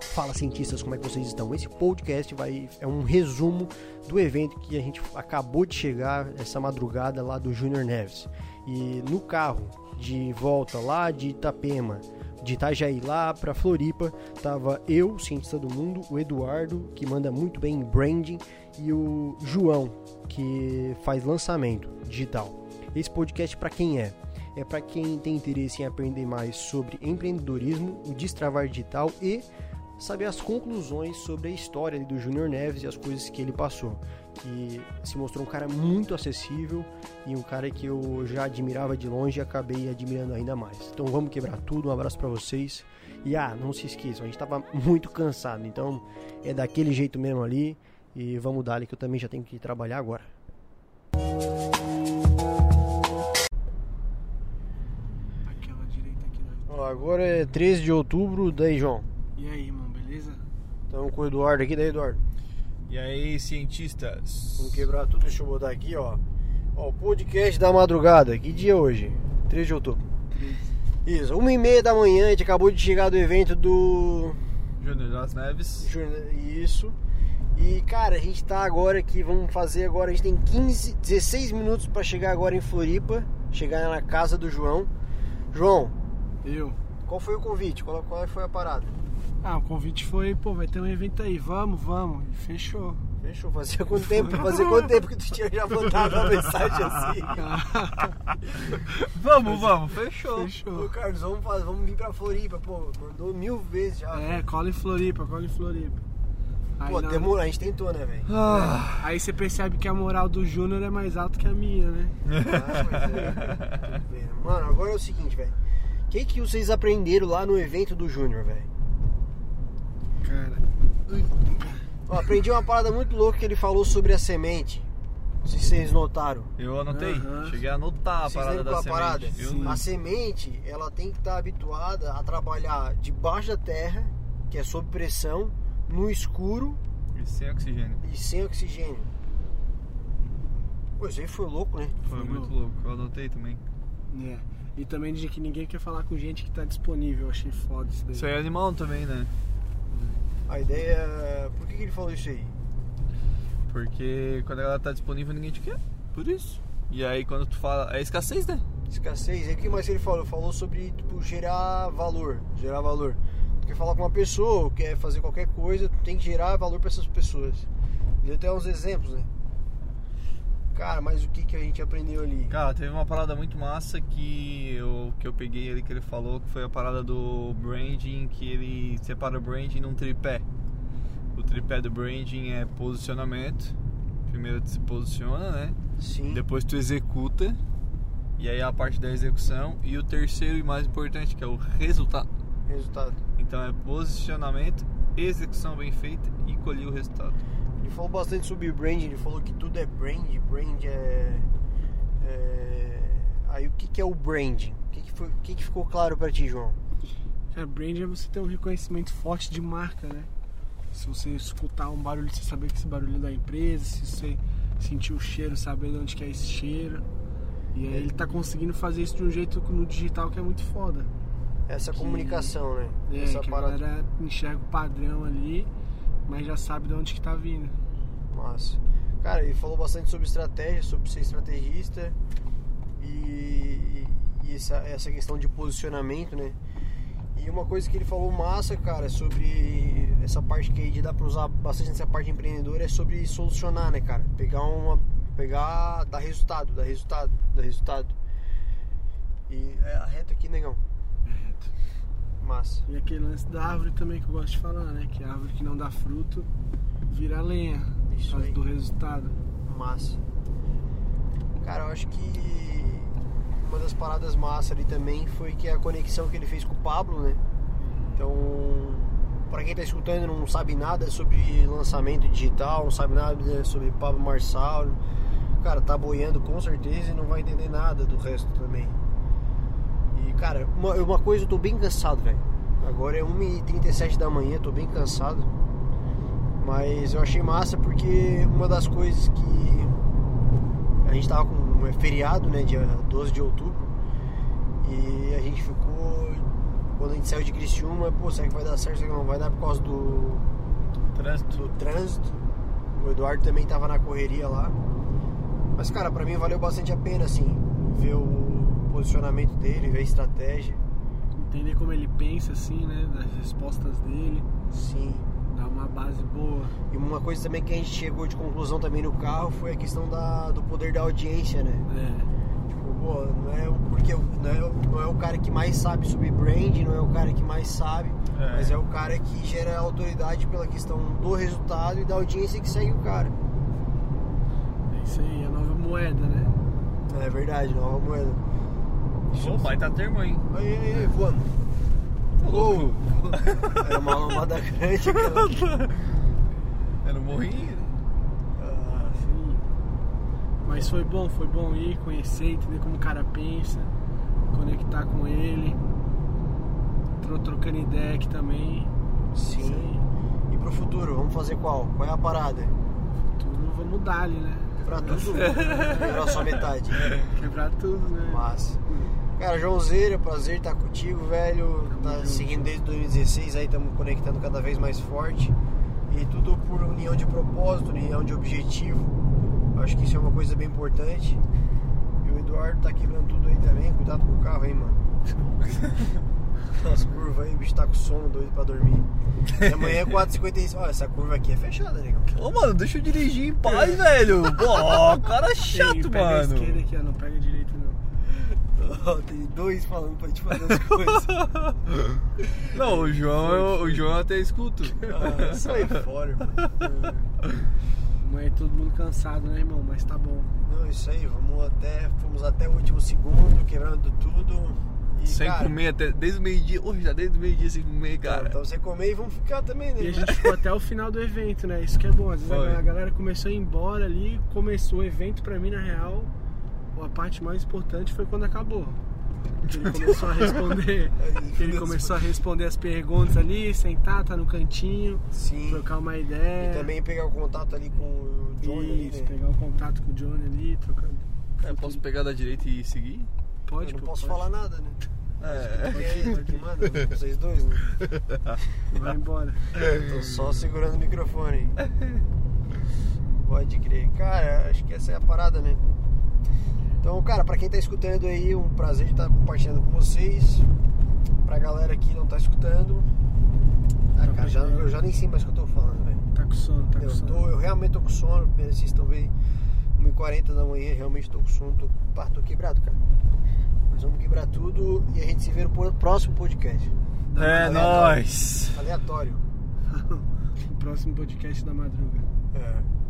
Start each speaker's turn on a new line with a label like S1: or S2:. S1: Fala cientistas, como é que vocês estão? Esse podcast vai é um resumo do evento que a gente acabou de chegar essa madrugada lá do Júnior Neves. E no carro de volta lá de Itapema, de Itajaí lá para Floripa, tava eu, cientista do mundo, o Eduardo, que manda muito bem em branding, e o João, que faz lançamento digital. Esse podcast para quem é? É para quem tem interesse em aprender mais sobre empreendedorismo, o destravar digital e saber as conclusões sobre a história do Júnior Neves e as coisas que ele passou. Que se mostrou um cara muito acessível e um cara que eu já admirava de longe e acabei admirando ainda mais. Então vamos quebrar tudo, um abraço para vocês. E ah, não se esqueçam, a gente tava muito cansado, então é daquele jeito mesmo ali. E vamos dar ali que eu também já tenho que trabalhar agora.
S2: Aquela direita aqui não.
S1: Agora é 13 de outubro, daí João.
S2: E aí, irmão, beleza?
S1: Estamos com o Eduardo aqui, daí Eduardo.
S3: E aí, cientistas?
S1: Vamos quebrar tudo, deixa eu botar aqui, ó. Ó, o podcast da madrugada. Que dia é hoje? 3 de outubro. Isso, uma e meia da manhã, a gente acabou de chegar do evento do.
S3: Júnior das Neves.
S1: Jorna- Isso. E cara, a gente tá agora aqui, vamos fazer agora, a gente tem 15, 16 minutos pra chegar agora em Floripa, chegar na casa do João. João,
S2: Eu.
S1: qual foi o convite? Qual, qual foi a parada?
S2: Ah, o convite foi, pô, vai ter um evento aí, vamos, vamos. E fechou.
S1: Deixa eu fazer quanto tempo? Fazer quanto tempo que tu tinha já mandado uma mensagem assim?
S3: Vamos, vamos, fechou.
S1: Ô
S2: fechou.
S1: Carlos, vamos, fazer, vamos vir pra Floripa, pô. Mandou mil vezes já.
S2: É, cola em Floripa, cola em Floripa.
S1: pô,
S2: na-
S1: demorou, a gente tentou, né, velho?
S3: Ah,
S2: Aí você percebe que a moral do Júnior é mais alta que a minha, né?
S1: Ah, mas é, tudo bem. Mano, agora é o seguinte, velho. O que, que vocês aprenderam lá no evento do Júnior, velho?
S2: Cara.
S1: Ó, aprendi uma parada muito louca que ele falou sobre a semente. Não sei se vocês notaram.
S3: eu anotei.
S2: Aham.
S3: Cheguei a anotar a
S1: vocês
S3: parada
S1: lembram
S3: da
S1: qual a
S3: semente. viu?
S2: Sim.
S1: A semente, ela tem que estar habituada a trabalhar debaixo da terra, que é sob pressão, no escuro
S3: E sem oxigênio.
S1: e sem oxigênio. Pô, isso aí foi louco, né?
S3: Foi
S2: Foi
S3: muito louco. Eu anotei também.
S2: É. E também de que ninguém quer falar com gente que tá disponível. Eu achei foda isso daí.
S3: Isso aí é animal também, né?
S1: A ideia. é, Por que, que ele falou isso aí?
S3: Porque quando ela tá disponível, ninguém te quer. Por isso. E aí, quando tu fala. É escassez, né?
S1: Escassez. E o que mais ele falou? Falou sobre tipo, gerar valor. Gerar valor. Tu quer falar com uma pessoa, quer fazer qualquer coisa, tu tem que gerar valor para essas pessoas. Deu até uns exemplos, né? Cara, mas o que, que a gente aprendeu ali?
S3: Cara, teve uma parada muito massa que eu, que eu peguei ali que ele falou, que foi a parada do branding, que ele separa o branding num tripé. O tripé do branding é posicionamento. Primeiro tu se posiciona, né?
S1: Sim.
S3: Depois tu executa. E aí é a parte da execução. E o terceiro e mais importante, que é o resultado.
S1: Resultado.
S3: Então é posicionamento, execução bem feita e colher o resultado.
S1: Ele falou bastante sobre brand, ele falou que tudo é brand, brand é. é... Aí o que, que é o branding? O que, que, foi, o que, que ficou claro para ti, João?
S2: Cara, brand é você ter um reconhecimento forte de marca, né? Se você escutar um barulho, você saber que esse barulho é da empresa, se você sentir o cheiro, saber de onde que é esse cheiro. E aí ele tá conseguindo fazer isso de um jeito no digital que é muito foda.
S1: Essa
S2: Que-
S1: comunicação, né?
S2: É,
S1: Essa
S2: que a
S1: parada.
S2: galera enxerga o padrão ali, mas já sabe de onde que tá vindo.
S1: Massa. Cara, ele falou bastante sobre estratégia, sobre ser estrategista e, e essa, essa questão de posicionamento, né? E uma coisa que ele falou massa, cara, sobre essa parte que aí de dá pra usar bastante nessa parte empreendedora é sobre solucionar, né, cara? Pegar uma. Pegar. dar resultado, dar resultado, dar resultado. E é a reta aqui, negão. Massa.
S2: E aquele lance da árvore também que eu gosto de falar, né? Que a árvore que não dá fruto vira lenha.
S1: É Isso
S2: por causa
S1: aí.
S2: do resultado.
S1: Massa. Cara, eu acho que uma das paradas massa ali também foi que a conexão que ele fez com o Pablo, né? Então, pra quem tá escutando e não sabe nada sobre lançamento digital, não sabe nada né, sobre Pablo Marçal, cara, tá boiando com certeza e não vai entender nada do resto também. E, cara, uma, uma coisa eu tô bem cansado, velho. Agora é 1h37 da manhã, tô bem cansado. Mas eu achei massa porque uma das coisas que a gente tava com um feriado, né, dia 12 de outubro, e a gente ficou Quando a gente saiu de Criciúma, pô, será que vai dar certo, será que não vai dar por causa do,
S3: Trânsito.
S1: do trânsito. O Eduardo também tava na correria lá. Mas, cara, pra mim valeu bastante a pena, assim, ver o posicionamento dele, ver a estratégia.
S2: Entender como ele pensa, assim, né? Das respostas dele.
S1: Sim.
S2: Dar uma base boa.
S1: E uma coisa também que a gente chegou de conclusão também no carro foi a questão da, do poder da audiência, né?
S2: É.
S1: Tipo, pô, não é o, porque o- não é, o- não é o cara que mais sabe sobre brand, não é o cara que mais sabe,
S3: É.
S1: mas é o cara que gera autoridade pela questão do resultado e da audiência que segue o cara.
S2: É isso aí, a nova moeda, né?
S1: É verdade, nova moeda.
S3: Pô, baita tá termo, hein? Tá
S1: Aí, aí, aí, voando.
S3: Louco.
S1: Era É uma lombada grande, cara.
S3: Era um morrinho.
S1: Ah,
S2: Sim. Mas foi bom, foi bom ir, conhecer, entender como o cara pensa, conectar com ele. Tro- Trocando ideia aqui também. Isso
S1: sim.
S2: aí.
S1: E pro futuro, vamos fazer qual? Qual é a parada?
S2: Tudo vamos dar ali, né?
S1: Pra tudo, era só metade.
S2: Quebrar tudo, né?
S1: Mas, cara, Joãozeira, prazer estar contigo, velho.
S2: Tamo
S1: Tá
S2: junto.
S1: seguindo desde 2016, aí estamos conectando cada vez mais forte. E tudo por união de propósito, união de objetivo. Acho que isso é uma coisa bem importante. E o Eduardo tá quebrando tudo aí também. Cuidado com o carro aí, mano. As curvas aí, o bicho tá com sono, doido pra dormir. E amanhã é 4h55. Ó, essa curva aqui é fechada, negão.
S3: Ô, mano, deixa eu dirigir em paz, velho. Pô, cara é
S2: Ei,
S3: chato,
S2: pega a
S3: mano.
S2: esquerda aqui, ó, não pega a direita, não.
S1: Ó, Tem dois falando pra te fazer as coisas.
S3: Não, o João, eu, o João eu até escuto.
S2: É
S1: Ah, sai fora, mano.
S2: Amanhã é todo mundo cansado, né, irmão? Mas tá bom.
S1: Não, isso aí, vamos até, fomos até o último segundo, quebrando tudo. E,
S3: Sem
S1: cara,
S3: comer até desde o meio-dia. Hoje já desde o meio-dia sem comer,
S2: Tá,
S3: cara.
S1: Então sem comer e vamos ficar também, né?
S2: E a gente ficou até o final do evento, né? Isso que é bom. Às vezes
S3: Foi.
S2: a galera começou a ir embora ali, começou o evento pra mim, na real. A parte mais importante foi quando acabou. Que Ele começou a responder. que Ele começou a responder as perguntas ali, sentar, tá no cantinho,
S1: assim, Sim.
S2: trocar uma ideia.
S1: E também pegar o contato ali com o Johnny ali,
S2: Isso,
S1: né?
S2: pegar o contato com o Johnny ali, trocando.
S3: Eu posso pegar da direita e seguir?
S1: Eu
S2: Pode,
S1: não
S2: pô,
S1: posso
S2: pode.
S1: falar nada, né?
S3: É.
S1: E aí, tu que manda, vocês dois, né?
S2: Vai embora.
S1: Tô só segurando o microfone. Pode crer. Cara, acho que essa é a parada, né? Então, cara, pra quem tá escutando aí, um prazer estar compartilhando com vocês. Pra galera que não tá escutando. Ah, cara, já, eu já nem sei mais o que eu tô falando, velho.
S2: Tá com sono, tá com
S1: Eu,
S2: sono.
S1: tô, eu realmente tô com sono, porque vocês estão vendo 1h40 da manhã, realmente tô com sono, tô, pá, tô quebrado, cara. Nós vamos quebrar tudo e a gente se vê no po- próximo podcast.
S3: É nóis.
S1: Aleatório.
S2: O próximo podcast da madruga.
S1: É.